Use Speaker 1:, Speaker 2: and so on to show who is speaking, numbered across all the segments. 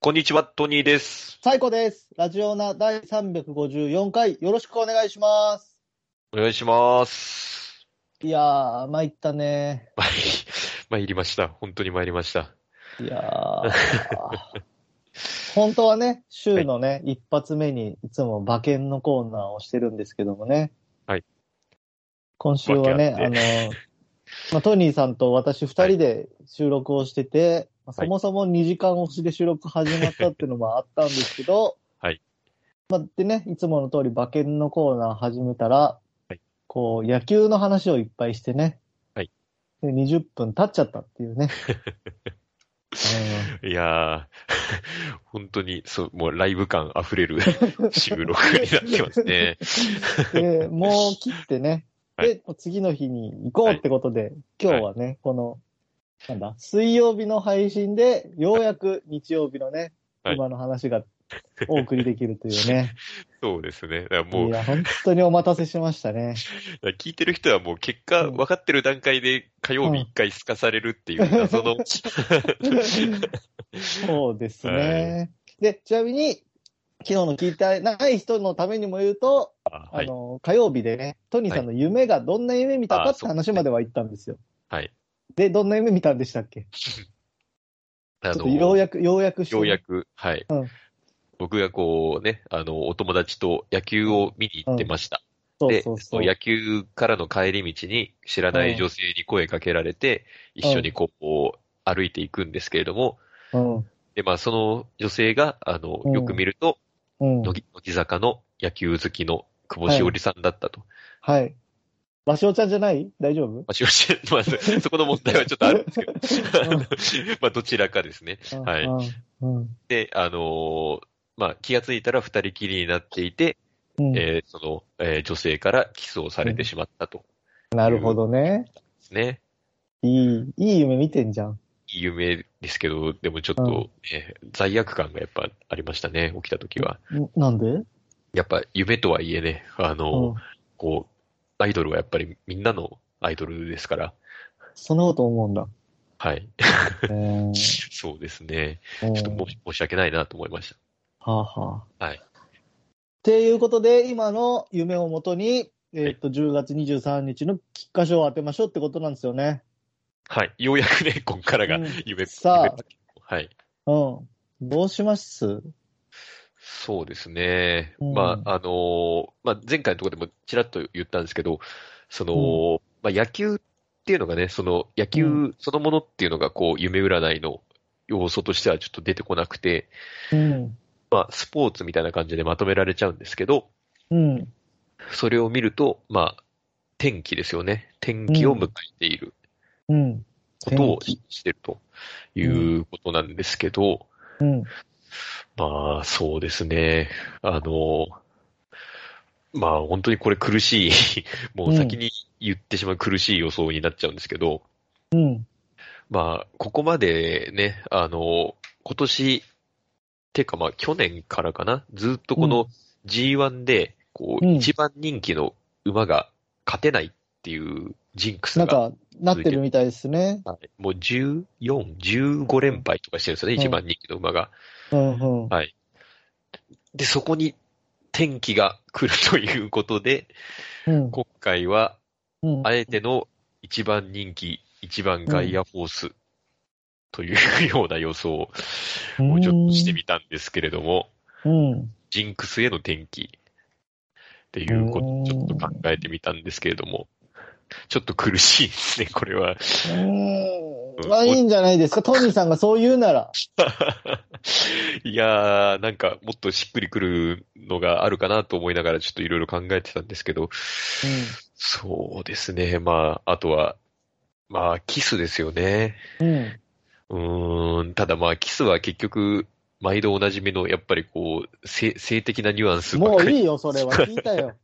Speaker 1: こんにちは、トニーです。
Speaker 2: 最高です。ラジオナ第354回、よろしくお願いします。
Speaker 1: お願いします。
Speaker 2: いやー、参ったね。
Speaker 1: はい。参りました。本当に参りました。
Speaker 2: いやー。本当はね、週のね、一発目にいつも馬券のコーナーをしてるんですけどもね。
Speaker 1: はい。
Speaker 2: 今週はね、あ
Speaker 1: わ
Speaker 2: の、まあ、トニーさんと私二人で収録をしてて、まあそもそも2時間押しで収録始まったっていうのもあったんですけど、
Speaker 1: はい。
Speaker 2: まあ、でね、いつもの通り馬券のコーナー始めたら、
Speaker 1: はい
Speaker 2: こう、野球の話をいっぱいしてね、
Speaker 1: はい
Speaker 2: で。20分経っちゃったっていう ね。うん
Speaker 1: いやー、 本当に、そう、もうライブ感溢れ る収録になってますね。
Speaker 2: で、もう切ってね。
Speaker 1: は
Speaker 2: で、次の日に行こうってことで、今日はね、この、なんだ、水曜日の配信で、ようやく日曜日のね、
Speaker 1: はい
Speaker 2: 今の話がお送りできるというね。
Speaker 1: そうですね。だから も、
Speaker 2: いうや、本当にお待たせしましたね。
Speaker 1: 聞いてる人はもう結果
Speaker 2: うん
Speaker 1: 分かってる段階で火曜日一回すかされるっていう謎 の、
Speaker 2: そうですね。で、ちなみに、昨日の聞いてない人のためにも言うと、
Speaker 1: あは
Speaker 2: あ
Speaker 1: い。
Speaker 2: の、火曜日でね、トニーさんの夢がどんな夢見たかって話までは言ったんですよ。
Speaker 1: はい。
Speaker 2: で、どんな夢見たんでしたっけ
Speaker 1: あ
Speaker 2: ちょっとようやく、ようやくして
Speaker 1: ようやく、はい。
Speaker 2: うん
Speaker 1: 僕がこうね、あの、お友達と野球を見に行ってました。
Speaker 2: そう
Speaker 1: で、
Speaker 2: そうそう。
Speaker 1: 野球からの帰り道に知らない女性に声かけられて、
Speaker 2: ん
Speaker 1: 一緒にこう、歩いていくんですけれども、
Speaker 2: うん。
Speaker 1: で、まあ、その女性が、あの
Speaker 2: う、ん
Speaker 1: よく見ると、
Speaker 2: うん。
Speaker 1: 乃木乃木坂の野球好きの久保しおりさんだったと。
Speaker 2: はい。バシオちゃんじゃない大丈夫
Speaker 1: まあ、しおりさん、まあ、そそこの問題は ちょっと あるん ですけど、あのまあ、どちらかですね。はい
Speaker 2: うん。うん
Speaker 1: で、あのーまあ、気がついたら二人きりになっていて、
Speaker 2: うん。
Speaker 1: えーその、えー女性からキスをされてしまったと。
Speaker 2: なるほどね。
Speaker 1: ですね。
Speaker 2: いい、いい夢見てんじゃん。
Speaker 1: いい夢ですけど、でもちょっ
Speaker 2: う
Speaker 1: と、ね罪悪感がやっぱありましたね、起きた時は。
Speaker 2: んなんで
Speaker 1: やっぱ夢とはいえね、あの、
Speaker 2: うん。
Speaker 1: こう、アイドルはやっぱりみんなのアイドルですから、
Speaker 2: そんなこと思うんだ。
Speaker 1: はい。
Speaker 2: えー
Speaker 1: そうですね。
Speaker 2: うん
Speaker 1: ちょっともう申し訳ないなと思いまし
Speaker 2: はあはあ。
Speaker 1: はい
Speaker 2: っていうことで、今の夢をもとに、えーっと、10月23日の菊花賞を当てましょうってことなんですよね。
Speaker 1: た。はい。ようやくね、ここからが
Speaker 2: うん
Speaker 1: 夢、
Speaker 2: さあ
Speaker 1: 夢はい。
Speaker 2: うん。どうします
Speaker 1: そうですね。
Speaker 2: うん
Speaker 1: まあ、あのーまあ、前回のところでもちらっと言ったんですけど、その、まあ、野球っていうのがね、その野
Speaker 2: う
Speaker 1: 球そのものっていうのがこう、夢占いの要素としてはちょっと出てこなくて、
Speaker 2: うん。
Speaker 1: まあ、スポーツみたいな感じでまとめられちゃうんですけど、
Speaker 2: うん。
Speaker 1: それを見ると、まあ、天気ですよね。天気を迎えている
Speaker 2: うん。
Speaker 1: ことを
Speaker 2: 天気
Speaker 1: してるということなんですけど、
Speaker 2: うん。
Speaker 1: まあ、そうですね。あの、まあ、本当にこれ苦しい、 もう先に言ってしまう苦しい予想になっちゃうんですけど、
Speaker 2: うん。
Speaker 1: まあ、ここまでね、あの、今年、てかまあ、去年からかな、ずっとこの G1 で、こう、
Speaker 2: うん
Speaker 1: 一番人気の馬が勝てないっていうジンクス
Speaker 2: なん
Speaker 1: が、
Speaker 2: か、なってるみたいですね。
Speaker 1: はいもう14、15連敗とかしてるんですよね、
Speaker 2: うん
Speaker 1: 一番人気の馬が。
Speaker 2: うんうん。
Speaker 1: はい。で、そこに天気が来るということで、
Speaker 2: うん
Speaker 1: 今回は、
Speaker 2: うん
Speaker 1: あえての一番人気、一番ガイアフォース、というような予想をちょっとしてみたんですけれども、
Speaker 2: うん。
Speaker 1: ジンクスへの天気っていうことをちょっと考えてみたんですけれども、ちょっと苦しいですね、これは。
Speaker 2: うーん。まあ、いいんじゃないですか。トニーさんがそう言うな ら。
Speaker 1: いやー、なんかもっとしっくりくるのがあるかなと思いながらちょっといろいろ考えてたんですけど、そうですね。まあ、あとは、まあ、キスですよね。
Speaker 2: うん。うん。
Speaker 1: うーん、ただまあ、キスは結局、毎度おなじみの、やっぱりこう、性性的なニュアンスば
Speaker 2: も
Speaker 1: っか
Speaker 2: う
Speaker 1: り。
Speaker 2: いいよ、それは。聞いたよ。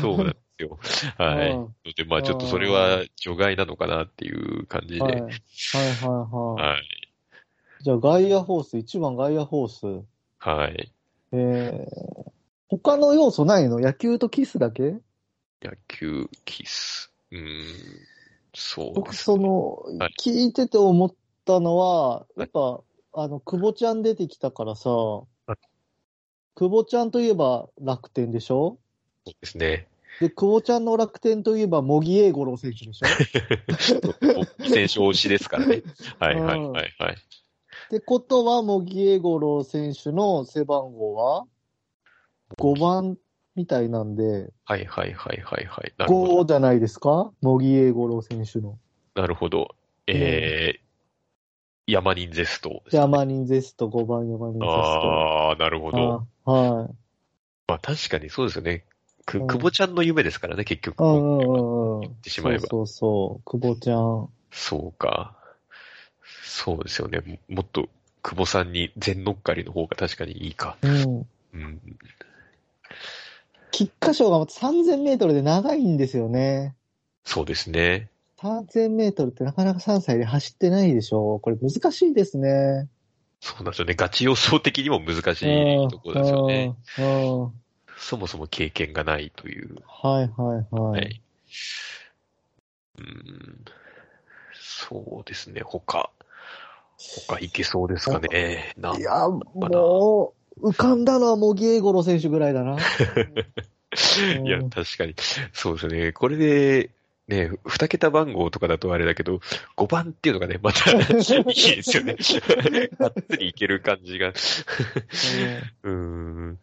Speaker 1: そうなんですよ。 は
Speaker 2: う
Speaker 1: い。
Speaker 2: ん
Speaker 1: で、まあ、ちょっとそれは除外なのかなっていう感じで。
Speaker 2: はい。
Speaker 1: は
Speaker 2: は
Speaker 1: いい。
Speaker 2: はいは
Speaker 1: はい。
Speaker 2: い。じゃあ、ガイアホース、1番ガイアホース。えー、他の要素ないの野球とキスだけ
Speaker 1: 野球、キス。うーん、そう
Speaker 2: 僕、
Speaker 1: です
Speaker 2: その
Speaker 1: はい、
Speaker 2: 聞いてて思ったのは、
Speaker 1: い
Speaker 2: やっぱ、あの、久保ちゃん出てきたから
Speaker 1: い
Speaker 2: さ、久保ちゃんといえば楽天でしょ
Speaker 1: そうですね。
Speaker 2: で、久保ちゃんの楽天といえば茂木英五郎選 手でしょ
Speaker 1: 選手推しですからね。はいはいはいはい。
Speaker 2: ってことは、茂木英五郎選手の背番号は5番みたいなんで、
Speaker 1: はいはいはいはいはい。なるほど。
Speaker 2: 5じゃないですか茂木英五郎選手の。
Speaker 1: なるほど。えー、山人ゼスト。
Speaker 2: ヤマニンゼスト、5番ヤマニンゼスト。
Speaker 1: ああ、なるほど。
Speaker 2: あはい。
Speaker 1: まあ確かにそうですよね。く、
Speaker 2: うん
Speaker 1: 久保ちゃんの夢ですからね、結局。
Speaker 2: うんう
Speaker 1: 言
Speaker 2: んうんうん。
Speaker 1: ってしまえば。
Speaker 2: そうそうそう。久保ちゃん。
Speaker 1: そうか。そうですよね。ももっと、久保さんに全乗っかりの方が確かにいいか。
Speaker 2: うん。
Speaker 1: うん。
Speaker 2: キッカ賞が3000メートルで長いんですよね。
Speaker 1: そうですね。
Speaker 2: 3000メートルってなかなか3歳で走ってないでしょ。これ難しいですね。
Speaker 1: そうなんですよね。ガチ予想的にも難し
Speaker 2: うん
Speaker 1: いところですよね。
Speaker 2: うんうん
Speaker 1: そもそも経験がないという。
Speaker 2: はいはいは。、
Speaker 1: はいい。うん。そうですね。他。他いけそうですかね。ない
Speaker 2: や、もう、浮かんだのは茂木英五郎選手ぐらい だな。
Speaker 1: いや、確かに。そうですね。これで、ね、二桁番号とかだとあれだけど、5番っていうのがね、ま た、いいですよね。がっつりいける感じが。 うーん。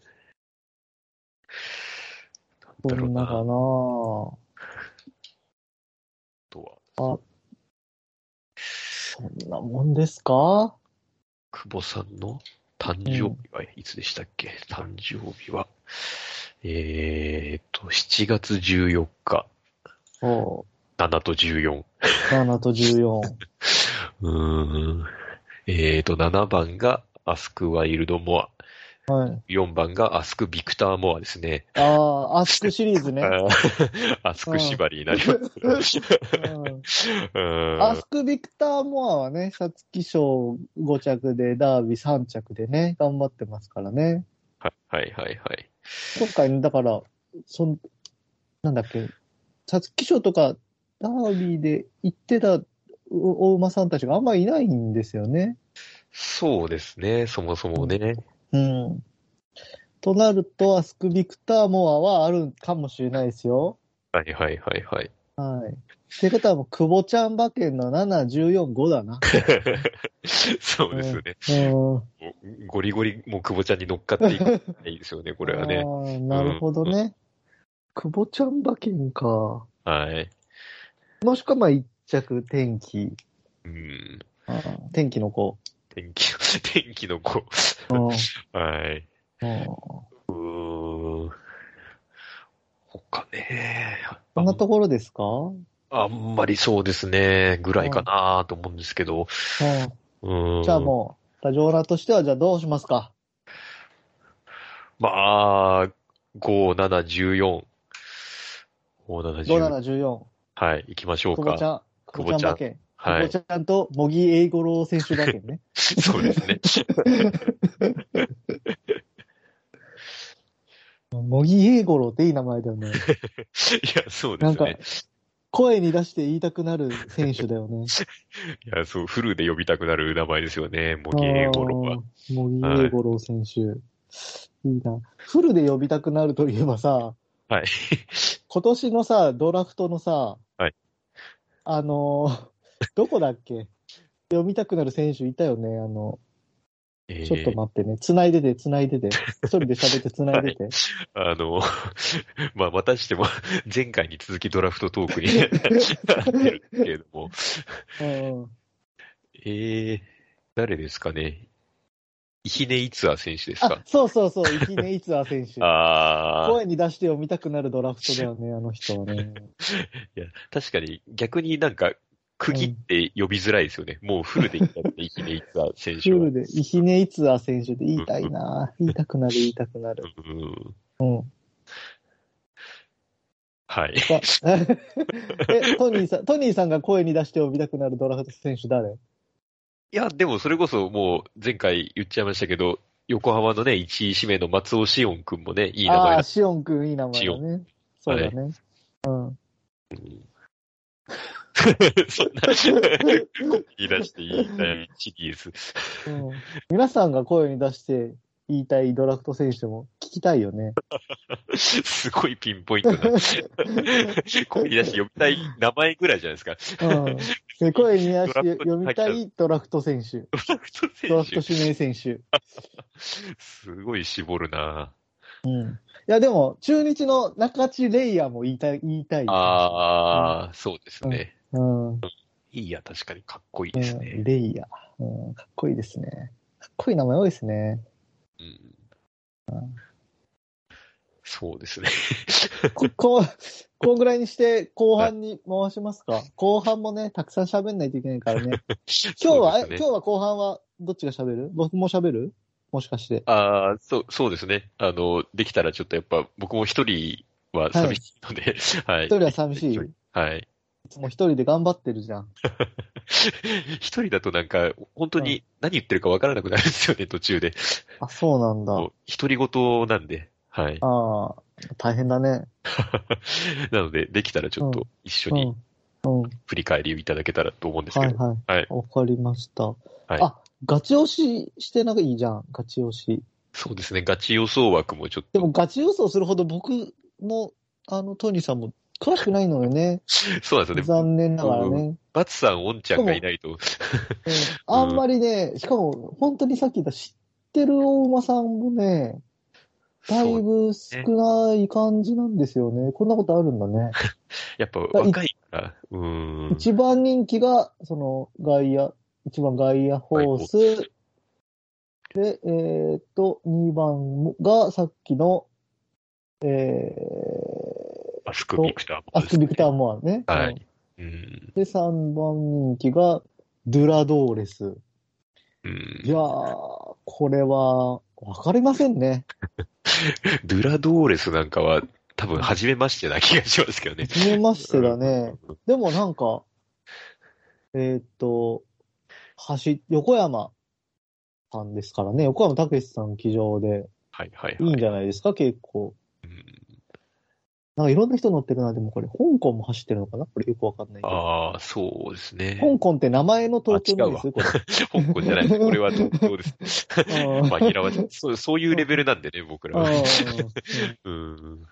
Speaker 2: うん、
Speaker 1: なんだ
Speaker 2: そ
Speaker 1: ろうん
Speaker 2: な
Speaker 1: な、
Speaker 2: か
Speaker 1: とは。
Speaker 2: なそんなもんですか
Speaker 1: 久保さんの誕生日はいつでしたっけ、誕生日は、えーっと、7月14日、
Speaker 2: そ
Speaker 1: 7と14。
Speaker 2: う。7と14。
Speaker 1: うーん。えーっと、7番がアスク・ワイルド・モア。
Speaker 2: はい。
Speaker 1: 4番がアスク・ビクター・モアですね。
Speaker 2: ああ、アスクシリーズね。
Speaker 1: あー アスク縛りになります。
Speaker 2: うん
Speaker 1: うーん
Speaker 2: アスク・ビクター・モアはね、皐月賞5着で、ダービー3着でね、頑張ってますからね。
Speaker 1: はいはいはいはい。
Speaker 2: 今回ね、だから、そん、なんだっけ、皐月賞とか、ダービーで行ってたおお馬さんたちがあんまいないんですよね。
Speaker 1: そうですね、そもそもね。
Speaker 2: うん。となると、アスク・ビクター・モアはあるかもしれないですよ。
Speaker 1: はいはいはいはい。
Speaker 2: はい。ってことはもう、久保ちゃん馬券の7、14、5だな。
Speaker 1: そうですよね。
Speaker 2: うん。
Speaker 1: ゴリゴリ、もう久保ちゃんに乗っかっていかないですよね、これは
Speaker 2: あ
Speaker 1: ね。
Speaker 2: ーなるほどね。久保ちゃん馬券か。
Speaker 1: はい。
Speaker 2: もしくはまあ一着天気。
Speaker 1: うん。
Speaker 2: 天気の子。
Speaker 1: 天気、天気の子。
Speaker 2: うん。
Speaker 1: はい。
Speaker 2: うん
Speaker 1: うーん。他ね。
Speaker 2: そんなところですか
Speaker 1: あんまりそうですね、ぐらいかなと思うんですけど。うーん。
Speaker 2: じゃあもう、ラジオラとしてはじゃあどうしますか
Speaker 1: まあ、5、7、14。5、7、14。
Speaker 2: ?5714。
Speaker 1: はい、行きましょう
Speaker 2: 久保ち
Speaker 1: か。
Speaker 2: ゃん。久保ちゃん馬券。
Speaker 1: は
Speaker 2: 久保
Speaker 1: い。
Speaker 2: ちゃんと茂木英五郎選手馬券 ね。
Speaker 1: そうですね。
Speaker 2: 茂木英五郎っていい名前だよね。
Speaker 1: いや、 そうで
Speaker 2: なん
Speaker 1: す
Speaker 2: か
Speaker 1: ね。、
Speaker 2: 声に出して言いたくなる選手だよね。
Speaker 1: いや、そう、フルで呼びたくなる名前ですよね、モ
Speaker 2: あ
Speaker 1: ギエ
Speaker 2: ー
Speaker 1: ゴロは。
Speaker 2: 茂木英五郎選手。いいな。フルで呼びたくなるといえばさ、
Speaker 1: はい。
Speaker 2: 今年のさ、ドラフトのさ、
Speaker 1: はい
Speaker 2: あの ー、どこだっけ読みたくなる選手いたよね。あの、
Speaker 1: えー
Speaker 2: ちょっと待ってね。繋いでて、繋い でて。一人で喋って繋いでて。
Speaker 1: あの、 まあ、またしても、 前回に続きドラフトトークに なってるけれども、
Speaker 2: うんうん
Speaker 1: えー、誰ですかね。イヒネイツア選手です
Speaker 2: あ
Speaker 1: か、
Speaker 2: そうそうそう。いきね、いつあ選手。
Speaker 1: ああ、
Speaker 2: 声に出して読みたくなるドラフトだ よね、あの人はね。
Speaker 1: いや、確かに逆になんか、区切って呼びづらいですよね。もうフルでいった って、イヒネイツア選
Speaker 2: シ
Speaker 1: 手
Speaker 2: ュー
Speaker 1: は。
Speaker 2: ルで、イヒネイツア選手で言いたいな言いたくなる、言いたくなる。
Speaker 1: うん
Speaker 2: うん。
Speaker 1: はい。
Speaker 2: わ え、トニーさん、トニーさんが声に出して呼びたくなるドラフト選手誰
Speaker 1: いや、でもそれこそもう前回言っちゃいましたけど、横浜のね、1位指名の松尾志音くんもね、いい名前
Speaker 2: あ
Speaker 1: だ
Speaker 2: あ、シオンくんいい名前
Speaker 1: シオ
Speaker 2: だね。そうだね。うん。
Speaker 1: そんな、言い出して言いたいシリーズ。
Speaker 2: うん皆さんが声に出して言いたいドラフト選手も聞きたいよね。
Speaker 1: すごいピンポイント な。声に出して呼びたい名前ぐらいじゃないですか。
Speaker 2: うんで、声に出し
Speaker 1: ドラ
Speaker 2: て
Speaker 1: フト
Speaker 2: 読みたいドラフト選手、
Speaker 1: ドラフト
Speaker 2: ドラ
Speaker 1: 選
Speaker 2: フ
Speaker 1: 手。
Speaker 2: ト指名選手。
Speaker 1: すごい絞るな
Speaker 2: うん、いや、でも、中日の中地レイヤーも言いたい、言いたい。
Speaker 1: ああ、そうですね。
Speaker 2: うんうん
Speaker 1: いいや、確かにかっこいいですね。
Speaker 2: レイヤー、うん。かっこいいですね。かっこいい名前多いですね。
Speaker 1: うんそうですね。
Speaker 2: こ、 こう、こんぐらいにして後半に回しますか。後半もね、たくさん喋んないといけないから ね。今日は、
Speaker 1: そう
Speaker 2: え
Speaker 1: ですね
Speaker 2: 今日は後半はどっちが喋る僕も喋るもしかして。
Speaker 1: ああ、そう、そうですね。あの、できたらちょっとやっぱ僕も一人は寂しいので、はい。
Speaker 2: 一人は寂しい。い
Speaker 1: はい。
Speaker 2: つも一人で頑張ってるじゃん。
Speaker 1: 一人だとなんか、本当に何言ってるかわからなくなるんですよね、途中で。
Speaker 2: あ、そうなんだ
Speaker 1: も。う独り言なんで、はい。
Speaker 2: ああ、大変だね。
Speaker 1: なので、できたらちょっと一緒
Speaker 2: うん。
Speaker 1: に
Speaker 2: うん。
Speaker 1: 振り返りをいただけたらと思うんです
Speaker 2: は
Speaker 1: け
Speaker 2: い
Speaker 1: ど。
Speaker 2: はい。
Speaker 1: はい。
Speaker 2: わかりました。
Speaker 1: い
Speaker 2: あ、ガチ押ししてなんかいいじゃん。ガチ押し。
Speaker 1: そうですね、ガチ予想枠もちょっ
Speaker 2: で
Speaker 1: と、
Speaker 2: もガチ予想するほど僕も、あの、トニーさんも詳しくないのよね。
Speaker 1: そうなんですよね。
Speaker 2: 残念ながら
Speaker 1: う
Speaker 2: ね。
Speaker 1: バツさん、オンちゃんがいないと、
Speaker 2: うんあんまりね、しかも本当にさっき言った知ってるお馬さんもね、だい
Speaker 1: そう
Speaker 2: ぶ少ない感じなんですよね。こんなことあるんだね。
Speaker 1: やっぱ若いから、うーん。
Speaker 2: 一番人気が、その、外野、一番外野ホース。で、えーっと、2番がさっきの、えー、
Speaker 1: アスク・ビクターも、
Speaker 2: アスク・ビクター・モアね。
Speaker 1: は
Speaker 2: うん
Speaker 1: い。うん。
Speaker 2: で、3番人気が、ドゥラドーレス。
Speaker 1: うん
Speaker 2: いやー、これは、わかりませんね。
Speaker 1: ドゥラドーレスなんかは、多分、初めましてな気がしますけどね。
Speaker 2: 初めましてだね。でもなんか、えーっと、橋、横山さんですからね。横山武史さん騎乗で、
Speaker 1: はいはい
Speaker 2: いい
Speaker 1: は
Speaker 2: ん
Speaker 1: い。
Speaker 2: じゃないですか、結構。
Speaker 1: うん
Speaker 2: なんかいろんな人乗ってるな。でもこれ、香港も走ってるのかなこれよくわかんないけど。
Speaker 1: ああ、そうですね。
Speaker 2: 香港って名前の東京なんですよ、これ。
Speaker 1: 香港じゃ ない。これは東京です。
Speaker 2: うん
Speaker 1: 紛らわしい。そう、そういうレベルなんでね、僕ら
Speaker 2: うん
Speaker 1: は。
Speaker 2: う
Speaker 1: う
Speaker 2: ん
Speaker 1: ん。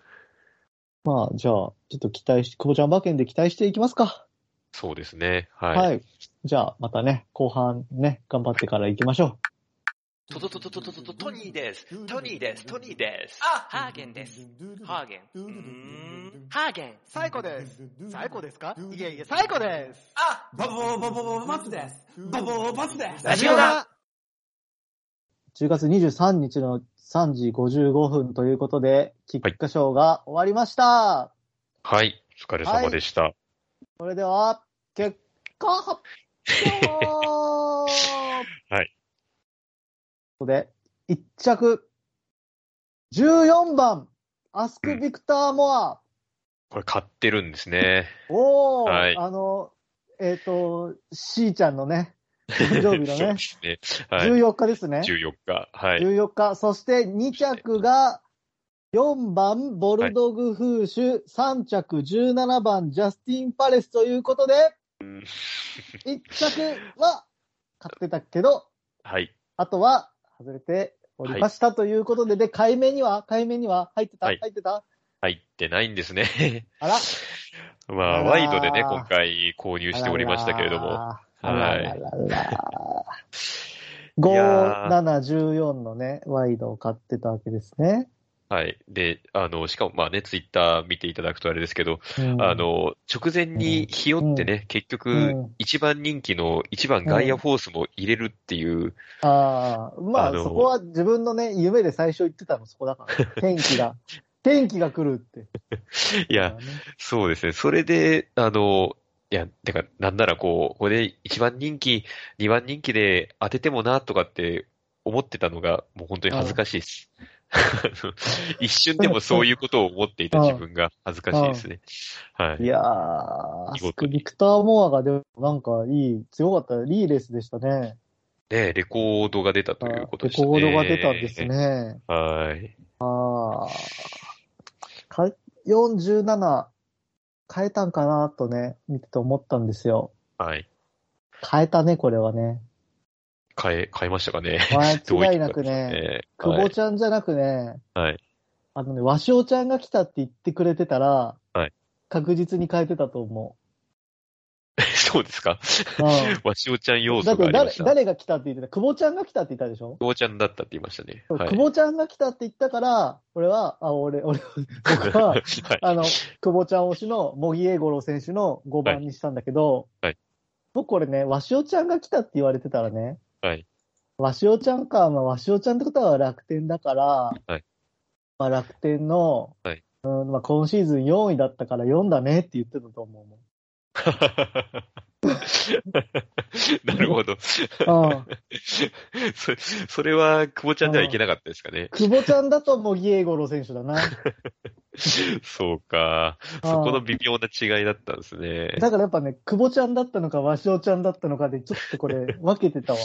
Speaker 2: まあ、じゃあ、ちょっと期待し、久保ちゃん馬券で期待していきますか。
Speaker 1: そうですね。
Speaker 2: はい。
Speaker 1: はい。
Speaker 2: じゃあ、またね、後半ね、頑張ってから行きましょう。
Speaker 3: トトトトトトトトトニーです。トニーです。トニーです。
Speaker 4: あハーゲンです。ハー
Speaker 3: ゲ
Speaker 4: ゲン。うーん
Speaker 3: ハ
Speaker 4: ハーゲン。
Speaker 5: 最高です。最高ですかいえいえ、最高です。
Speaker 4: あ
Speaker 5: バボーバボーババツです。バボーバツです。
Speaker 4: ラジオだ
Speaker 2: 10月23日の3時55分ということで、キッカショーが終わりました。
Speaker 1: はい。お疲れ様でした。
Speaker 2: それでは、結果発表
Speaker 1: はい。
Speaker 2: ここで、1着、14番、アスク・ビクター・モア。
Speaker 1: これ買ってるんですね。
Speaker 2: おー、
Speaker 1: はい
Speaker 2: あの、えっ、と、しーちゃんのね、誕生日の
Speaker 1: そう
Speaker 2: ね
Speaker 1: で、すね。はい。
Speaker 2: 14日ですね。
Speaker 1: 14日。はい。
Speaker 2: 14日。そして2着が4番ボルドグフーシュ、3着17番ジャスティン・パレスということで、1着は買ってたけど、
Speaker 1: はい。
Speaker 2: あとは外れておりましたということで、で、買い目には、買い目には入ってた、
Speaker 1: はい
Speaker 2: 入ってた
Speaker 1: 入ってないんですね。
Speaker 2: あら。
Speaker 1: ま
Speaker 2: あ
Speaker 1: あ、
Speaker 2: ら
Speaker 1: ワイドでね、今回購入しておりましたけれども。
Speaker 2: あららららら。5、
Speaker 1: やー
Speaker 2: 7、14のね、ワイドを買ってたわけですね。
Speaker 1: はい。で、あの、しかも、まあね、ツイッター見ていただくとあれですけど、
Speaker 2: うん
Speaker 1: あ、の、直前に日よってね、結局、
Speaker 2: うん
Speaker 1: 一番人気の一番ガイアフォースも入れるっていう、
Speaker 2: ああ、まあ、
Speaker 1: あの
Speaker 2: そこは自分のね、夢で最初言ってたの、そこ だから。天気が、天気が来るって。
Speaker 1: いや、そうですね。それで、あの、いや、てか、なんならこう、ここで一番人気、二番人気で当ててもな、とかって思ってたのが、もう本当に恥ずかしいです。 一瞬でもそういうことを思っていた自分が恥ずかしいですね。はいい。
Speaker 2: や
Speaker 1: 見
Speaker 2: ー、
Speaker 1: 事
Speaker 2: ア
Speaker 1: に
Speaker 2: スク・ビクター・モアがでもなんかいい、強かった、いいレースでしたね。
Speaker 1: で、レコードが出たということ
Speaker 2: レ
Speaker 1: ですね。
Speaker 2: コードが出たんです。ね。
Speaker 1: はい。
Speaker 2: ああ。か47、変えたんかなとね、見てて思ったんですよ。
Speaker 1: はい。
Speaker 2: 変えたね、これはね。
Speaker 1: 変え、変えましたかね。
Speaker 2: 間違いなくね、
Speaker 1: えー
Speaker 2: 久
Speaker 1: は
Speaker 2: 保
Speaker 1: い
Speaker 2: ちゃんじゃなくね、
Speaker 1: はい。
Speaker 2: あのね、和尚ちゃんが来たって言ってくれてたら、
Speaker 1: はい
Speaker 2: 確実に変えてたと思
Speaker 1: そうですか。
Speaker 2: う。うん
Speaker 1: わしおちゃん要
Speaker 2: だ
Speaker 1: 素が
Speaker 2: って
Speaker 1: ありま
Speaker 2: 誰
Speaker 1: した。久
Speaker 2: 誰が来たって言ってた久保ちゃんが来たって言ったでしょ、
Speaker 1: 保ちゃんだったって言いましたね。はい。
Speaker 2: 久保ちゃんが来たって言ったから、俺は、あ、俺、俺、僕は、
Speaker 1: はい
Speaker 2: あの、久保ちゃん推しの茂木栄五郎選手の5番にしたんだけど、
Speaker 1: はいはい
Speaker 2: 僕これね、鷲尾ちゃんが来たって言われてたらね、
Speaker 1: はい
Speaker 2: 鷲尾ちゃんか、まあ、鷲尾ちゃんってことは楽天だから、
Speaker 1: はい
Speaker 2: まあ、楽天の、
Speaker 1: はい
Speaker 2: うんまあ、今シーズン4位だったから4だねって言ってたと思うもん。
Speaker 1: なるほど。
Speaker 2: うん
Speaker 1: それ、それは、久保ちゃんではいけなかったですかね。
Speaker 2: 久保ちゃんだと茂木栄五郎選手 だな。
Speaker 1: そうか。そこの微妙な違いだったんですね。
Speaker 2: だからやっぱね、久保ちゃんだったのか、鷲尾ちゃんだったのかで、ちょっとこれ、分けてたわ。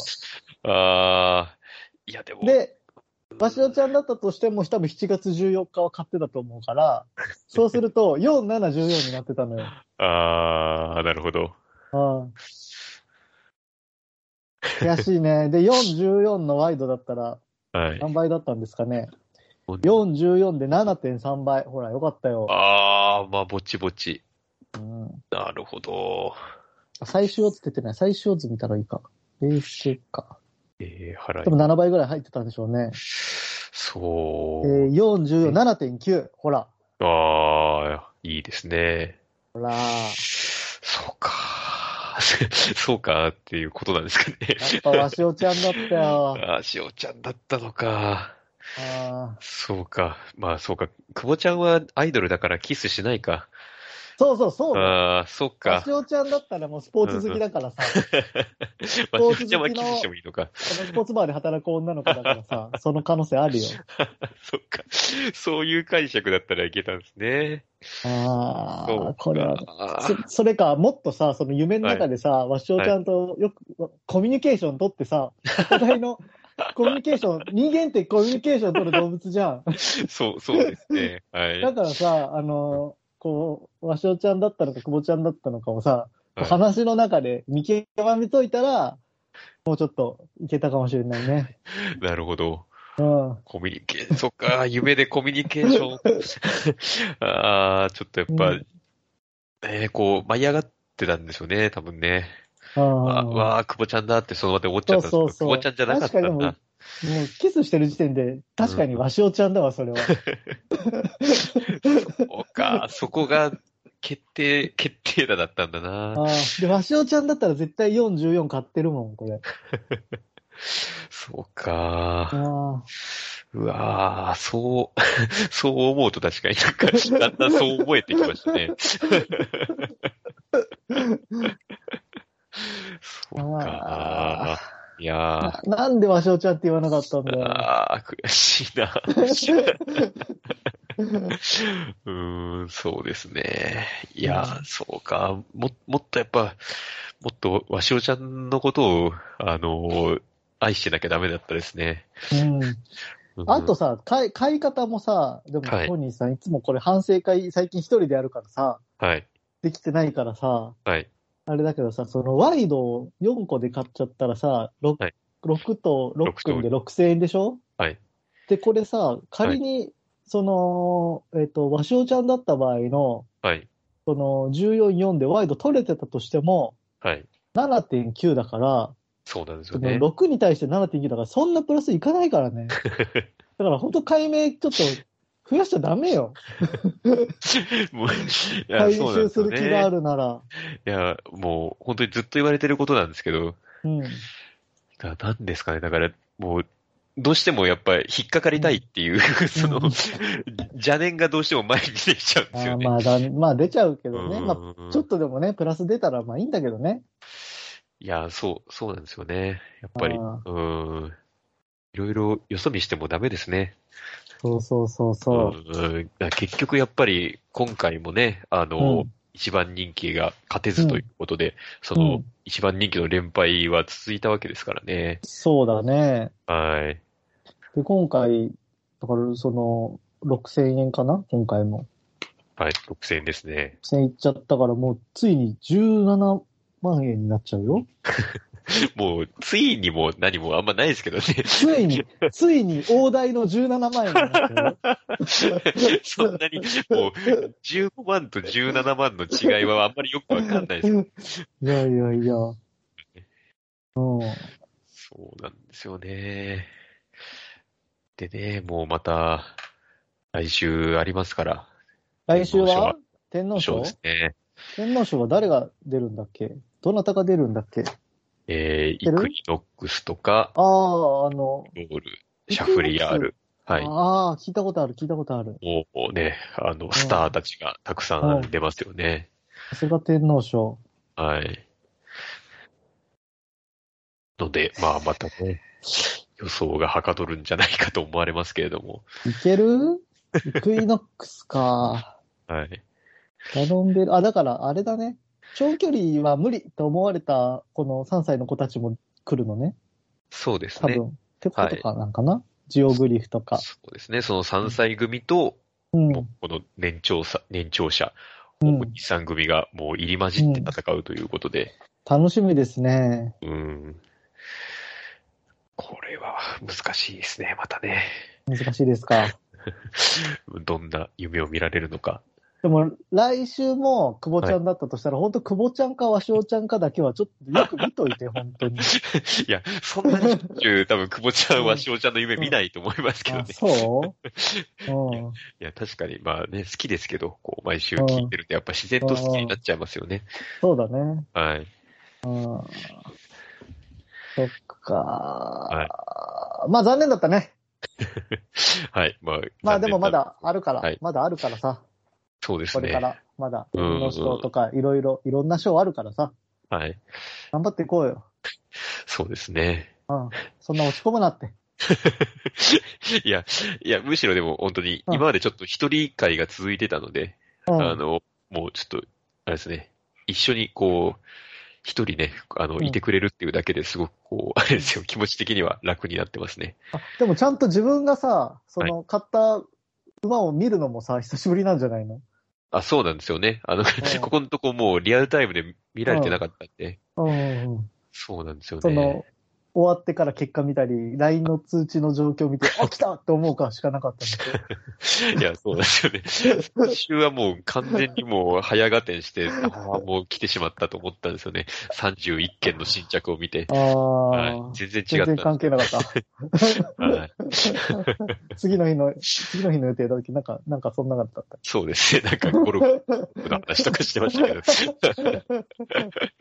Speaker 1: ああ、いやでも、
Speaker 2: で、わしおちゃんだったとしても、多分7月14日は買ってたと思うから、そうす ると、4、7、14になってたのよ。
Speaker 1: ああ、なるほど。
Speaker 2: うん悔しいね。で、4、14のワイドだったら、
Speaker 1: はい。
Speaker 2: 何倍だったんですかね。4、14で7.3倍。ほら、よかったよ。
Speaker 1: ああ、まあ、ぼちぼち。
Speaker 2: うん
Speaker 1: なるほど。
Speaker 2: 最終オッズ出てない。最終オッズ見たらいいか。ベースか。
Speaker 1: えー、払い
Speaker 2: でも7倍ぐらい入ってたんでしょうね。
Speaker 1: そ
Speaker 2: え
Speaker 1: う。
Speaker 2: ー、4、14、7.9。ほら。
Speaker 1: ああ、いいですね。
Speaker 2: ほら。
Speaker 1: そうか。 そうかっていうことなんですかね。
Speaker 2: やっぱわしおちゃんだったよ。
Speaker 1: ああ、しおちゃんだったのか。
Speaker 2: あー
Speaker 1: そうか。まあ、そうか。久保ちゃんはアイドルだからキスしないか。
Speaker 2: そうそうそうだよ。
Speaker 1: ああ、そう
Speaker 2: カ
Speaker 1: か
Speaker 2: シ。オちゃんだったらもうスポーツ好きだからさ、
Speaker 1: まあ、しおちゃんはキスしてもいいのか。
Speaker 2: あのスポーツバーで働く女の子だから さ、その可能性あるよ。
Speaker 1: そっか。そういう解釈だったらいけたんですね。
Speaker 2: あ
Speaker 1: そう
Speaker 2: あ
Speaker 1: か、
Speaker 2: これは。
Speaker 1: あ
Speaker 2: そそれか、もっとさ、その夢の中でさ、わしおちゃんとよくコミュニケーション取っ てさ、お互いのコミュニケーション、人間ってコミュニケーション取る動物じゃん。
Speaker 1: ーそう、そうですね。はい。
Speaker 2: だからさ、あのこう、わしおちゃんだったのか、久保ちゃんだったのかをさ、
Speaker 1: はい
Speaker 2: 話の中で見極めといたら、もうちょっといけたかもしれないね。
Speaker 1: なるほど。
Speaker 2: うん。
Speaker 1: コミュニケー ション、そっか、夢でコミュニケーション。ああ、ちょっとやっぱ、
Speaker 2: うん
Speaker 1: えーこう、舞い上がってたんでしょうね、多分ね。
Speaker 2: ああ
Speaker 1: わわ あ、久保ちゃんだってその場で思っちゃったんですけど、
Speaker 2: そうそうそう
Speaker 1: 久保ちゃんじゃなかったんだ。
Speaker 2: もうキスしてる時点で、確かにわしおちゃんだわ、それは。
Speaker 1: そうか、そこが決定、決定打だったんだな。
Speaker 2: ああで、わしおちゃんだったら絶対44買ってるもん、これ。
Speaker 1: そうか。
Speaker 2: あ
Speaker 1: うわあ、そう、 そう思うと確かになんか、だんだんそう思えてきましたね。そう
Speaker 2: あ
Speaker 1: か。いやー
Speaker 2: あ。なんでわしおちゃんって言わなかったん だよ。
Speaker 1: ああ、悔しいな。うーん、そうですね。いやー、そうか。も、もっとやっぱ、もっと、わしおちゃんのことを、あのー愛してなきゃダメだったですね。
Speaker 2: うん。
Speaker 1: うん
Speaker 2: あと、さ、買い、買い方もさ、でも、
Speaker 1: はい
Speaker 2: トニーさん、いつもこれ反省会、最近一人でやるからさ、
Speaker 1: はい、
Speaker 2: できてないからさ、
Speaker 1: はい。
Speaker 2: あれだけどさ、そのワイドを4個で買っちゃったらさ、6,
Speaker 1: はい
Speaker 2: 六と6組で
Speaker 1: 六
Speaker 2: 6000円でしょ
Speaker 1: はい。
Speaker 2: で、これさ、仮に、その、えっ、と、和尚ちゃんだった場合の、
Speaker 1: はい、
Speaker 2: その、14、4でワイド取れてたとしても、
Speaker 1: はい。
Speaker 2: 7.9だから、
Speaker 1: そうなんです
Speaker 2: そ
Speaker 1: よ
Speaker 2: の
Speaker 1: ね。
Speaker 2: 6に対して7.9だから、そんなプラスいかない からね。だから本当解明ちょっと増やしちゃダ メよ。
Speaker 1: もういや
Speaker 2: 回
Speaker 1: そうなん
Speaker 2: 収
Speaker 1: です
Speaker 2: す
Speaker 1: よ
Speaker 2: る気
Speaker 1: ね。
Speaker 2: があるなら。
Speaker 1: いや、もう、本当にずっと言われてることなんですけど、
Speaker 2: うん。
Speaker 1: だなんですかね、だから、もう、どうしてもやっぱり引っかかりたいっていう、 その、邪念がどうしても前に出ちゃうんです
Speaker 2: あ
Speaker 1: よ
Speaker 2: ー
Speaker 1: ね。
Speaker 2: まあだ、まあ出ちゃうけ
Speaker 1: う
Speaker 2: ど
Speaker 1: んうん
Speaker 2: ね。
Speaker 1: うん
Speaker 2: まあちょっとでもね、プラス出たらまあいいんだけどね。
Speaker 1: いや、そう、そうなんですよね。やっぱり、
Speaker 2: あ
Speaker 1: う
Speaker 2: ー
Speaker 1: ーん。いろいろよそ見してもダメですね。
Speaker 2: そうそうそうそう。
Speaker 1: んうんだから結局やっぱり、今回もね、あの、
Speaker 2: うん
Speaker 1: 一番人気が勝てずということで、その、
Speaker 2: うん
Speaker 1: 一番人気の連敗は続いたわけですからね。
Speaker 2: そうだね。
Speaker 1: はい。
Speaker 2: で、今回、だからその、6000円かな今回も。
Speaker 1: はい、6000円ですね。
Speaker 2: 千いっちゃったから、もうついに17万円になっちゃうよ。
Speaker 1: もう、ついにも何もあんまないですけど ね。
Speaker 2: つ いに、ついに大台の17万円になっちゃうよ。
Speaker 1: そんなに、もう、15万と17万の違いはあんまりよくわかんないです。
Speaker 2: いやいやいや。うん。
Speaker 1: そうなんですよね。でね、もうまた、来週ありますから。
Speaker 2: 来週は天皇
Speaker 1: そう
Speaker 2: 賞
Speaker 1: ですね。
Speaker 2: 天皇賞は誰が出るんだっけどなたが出るんだっけ
Speaker 1: えー、
Speaker 2: 知
Speaker 1: イ
Speaker 2: ってる
Speaker 1: クイノックスとか、
Speaker 2: ああ、あの、
Speaker 1: ロール、シャフリヤール。はい。
Speaker 2: ああ、聞いたことある、聞いたことある。
Speaker 1: もうね、あの、スターたちがたくさん出ますよね。
Speaker 2: さすが天皇賞。
Speaker 1: はい。ので、まあまたね、予想がはかどるんじゃないかと思われますけれども。
Speaker 2: い けるイクイノックスか。
Speaker 1: はい。
Speaker 2: 頼んでる。あ、だから、あれだね。長距離は無理と思われた、この3歳の子たちも来るのね。
Speaker 1: そうです
Speaker 2: 多
Speaker 1: ね。
Speaker 2: 分。ってことかなんかな、ジオグリフとか。
Speaker 1: そうですね。その3歳組と、
Speaker 2: うん。
Speaker 1: もうこの年長さ、年長者、
Speaker 2: うん
Speaker 1: 2、3組がもう入り混じって戦うということで、
Speaker 2: 楽しみですね。
Speaker 1: うん。これは難しいですね、またね。
Speaker 2: 難しいですか。
Speaker 1: どんな夢を見られるのか。
Speaker 2: でも、来週も久保ちゃんだったとしたら、本当久保ちゃんか和尚ちゃんかだけはちょっとよく見といて、本 当に。
Speaker 1: いや、そんなにしょっち ゅう多分、久保ちゃんはしおちゃんの夢見ないと思いますけど
Speaker 2: あ
Speaker 1: ね。
Speaker 2: そううん。
Speaker 1: いや、確かに、まあね、好きですけど、こう、毎週聞いてると、やっぱ自然と好きになっちゃいますよね。
Speaker 2: そうだね。
Speaker 1: はい。
Speaker 2: うん。そっか。
Speaker 1: は
Speaker 2: まあ残念だったね。
Speaker 1: はい。まあ、
Speaker 2: まあでもま
Speaker 1: 残
Speaker 2: だあるから、
Speaker 1: はい
Speaker 2: まだあるからさ、
Speaker 1: 念な。そうです
Speaker 2: こ
Speaker 1: ね。
Speaker 2: れから、まだ、
Speaker 1: うん
Speaker 2: 天皇賞とかいろいろ、いろんな賞あるからさ、
Speaker 1: はい。
Speaker 2: 頑張っていこうよ。
Speaker 1: そうですね。
Speaker 2: うん。そんな落ち込むなって。
Speaker 1: いや、いや、むしろでも本当に、
Speaker 2: うん
Speaker 1: 今までちょっと一人会が続いてたので、
Speaker 2: う
Speaker 1: あ
Speaker 2: ん。
Speaker 1: の、もうちょっと、あれですね、一緒にこう、一人ね、あ
Speaker 2: う
Speaker 1: の、
Speaker 2: ん
Speaker 1: いてくれるっていうだけですごくこう、あれですよ、気持ち的には楽になってますね。
Speaker 2: あでもちゃんと自分がさ、その、買った馬を見るのもさ、久しぶりなんじゃないの
Speaker 1: あ、そうなんですよね。あの、ここのとこもうリアルタイムで見られてなかったんで、
Speaker 2: うんうんうん。
Speaker 1: そうなんですよね。
Speaker 2: その、終わってから結果見たり、LINE の通知の状況見て、 あ、来たって思うかしかなかったんだけど。
Speaker 1: いや、そうなんですよね。先週はもう完全にもう早合点して、ああ、もう来てしまったと思ったんですよね。31件の新着を見て。 はい
Speaker 2: ああ、
Speaker 1: 全然違
Speaker 2: 全
Speaker 1: っ
Speaker 2: 然
Speaker 1: た。
Speaker 2: 関係なかった。
Speaker 1: はい
Speaker 2: 次の日の、次の日の予定だっけなんか、なんかそんなかったっ
Speaker 1: そうですね。なんかゴルフの話とかしてましたけ ど。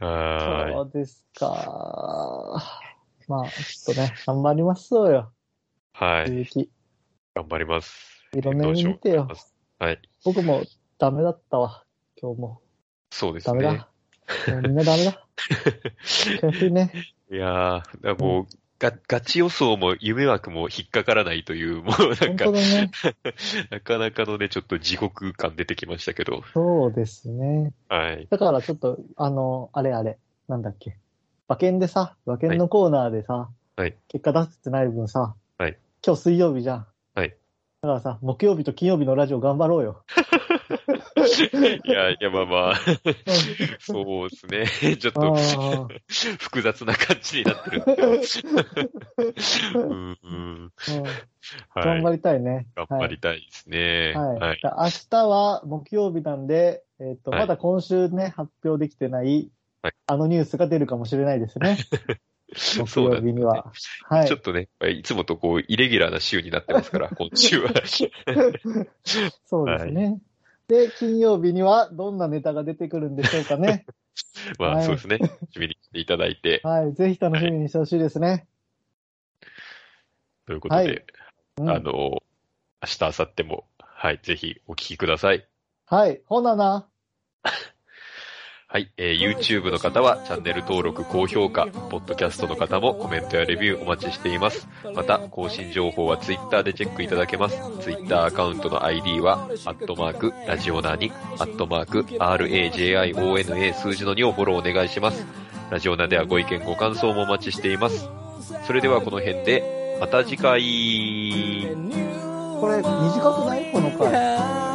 Speaker 2: た。
Speaker 1: は
Speaker 2: そうですか。まあ、ちょっとね、頑張りましょうよ。
Speaker 1: い。はい。
Speaker 2: 続き。
Speaker 1: 頑張ります。
Speaker 2: いろんな夢見てよ。
Speaker 1: はい。
Speaker 2: 僕もダメだったわ。今日も。
Speaker 1: そうです
Speaker 2: ダメだ。
Speaker 1: ね。
Speaker 2: もうみんなダメだ。悔しいね。
Speaker 1: いやー、だからもう、が、ガチ予想も夢枠も引っかからないという、もうなん
Speaker 2: 本
Speaker 1: か
Speaker 2: 当、だね。
Speaker 1: なかなかのね、ちょっと地獄感出てきましたけど。
Speaker 2: そうですね。
Speaker 1: はい。
Speaker 2: だからちょっと、あの、あれあれ、なんだっけ。馬券でさ、馬券のコーナーでさ、
Speaker 1: はい
Speaker 2: 結果出せてない分さ、
Speaker 1: はい
Speaker 2: 今日水曜日じゃん。
Speaker 1: はい
Speaker 2: だからさ、木曜日と金曜日のラジオ頑張ろう よ。
Speaker 1: いや、いや、まあまあ、そうですね。ちょっ
Speaker 2: う
Speaker 1: と
Speaker 2: んあ
Speaker 1: 複雑な感じになってるん ですけど。うんうん
Speaker 2: ーう
Speaker 1: は
Speaker 2: ん頑
Speaker 1: い。
Speaker 2: 張りたいね。
Speaker 1: 頑張りたいですね。
Speaker 2: はい。
Speaker 1: は
Speaker 2: はいい、。だ明日は木曜日なんで、えっ、と、
Speaker 1: はい
Speaker 2: まだ今週ね、発表できてない、
Speaker 1: はい
Speaker 2: あのニュースが出るかもしれないです ね。木
Speaker 1: そう
Speaker 2: 曜
Speaker 1: だ
Speaker 2: 日には。はい。
Speaker 1: ちょっとね、いつもとこう、イレギュラーな週になってます から、今週は。
Speaker 2: そうですね。で、金曜日にはどんなネタが出てくるんでしょう かね。
Speaker 1: ま
Speaker 2: は
Speaker 1: あ、
Speaker 2: い
Speaker 1: そうですね。楽しみにしていただいて、
Speaker 2: はい。ぜひ楽しみにしてほしいですね。
Speaker 1: ということで、
Speaker 2: うん
Speaker 1: あの、明日、明後日も、はい、ぜひお聞きください。
Speaker 2: はい。ほなな。
Speaker 1: はい、えー YouTube の方はチャンネル登録、高評価、Podcast の方もコメントやレビューお待ちしています。また、更新情報は Twitter でチェックいただけます。Twitter アカウントの ID は、アットマーク、ラジオナーに、アットマーク、RAJIONA 数字の2をフォローお願いします。ラジオナではご意見、ご感想もお待ちしています。それではこの辺で、また次回。
Speaker 6: 「
Speaker 2: これ短くないこの回。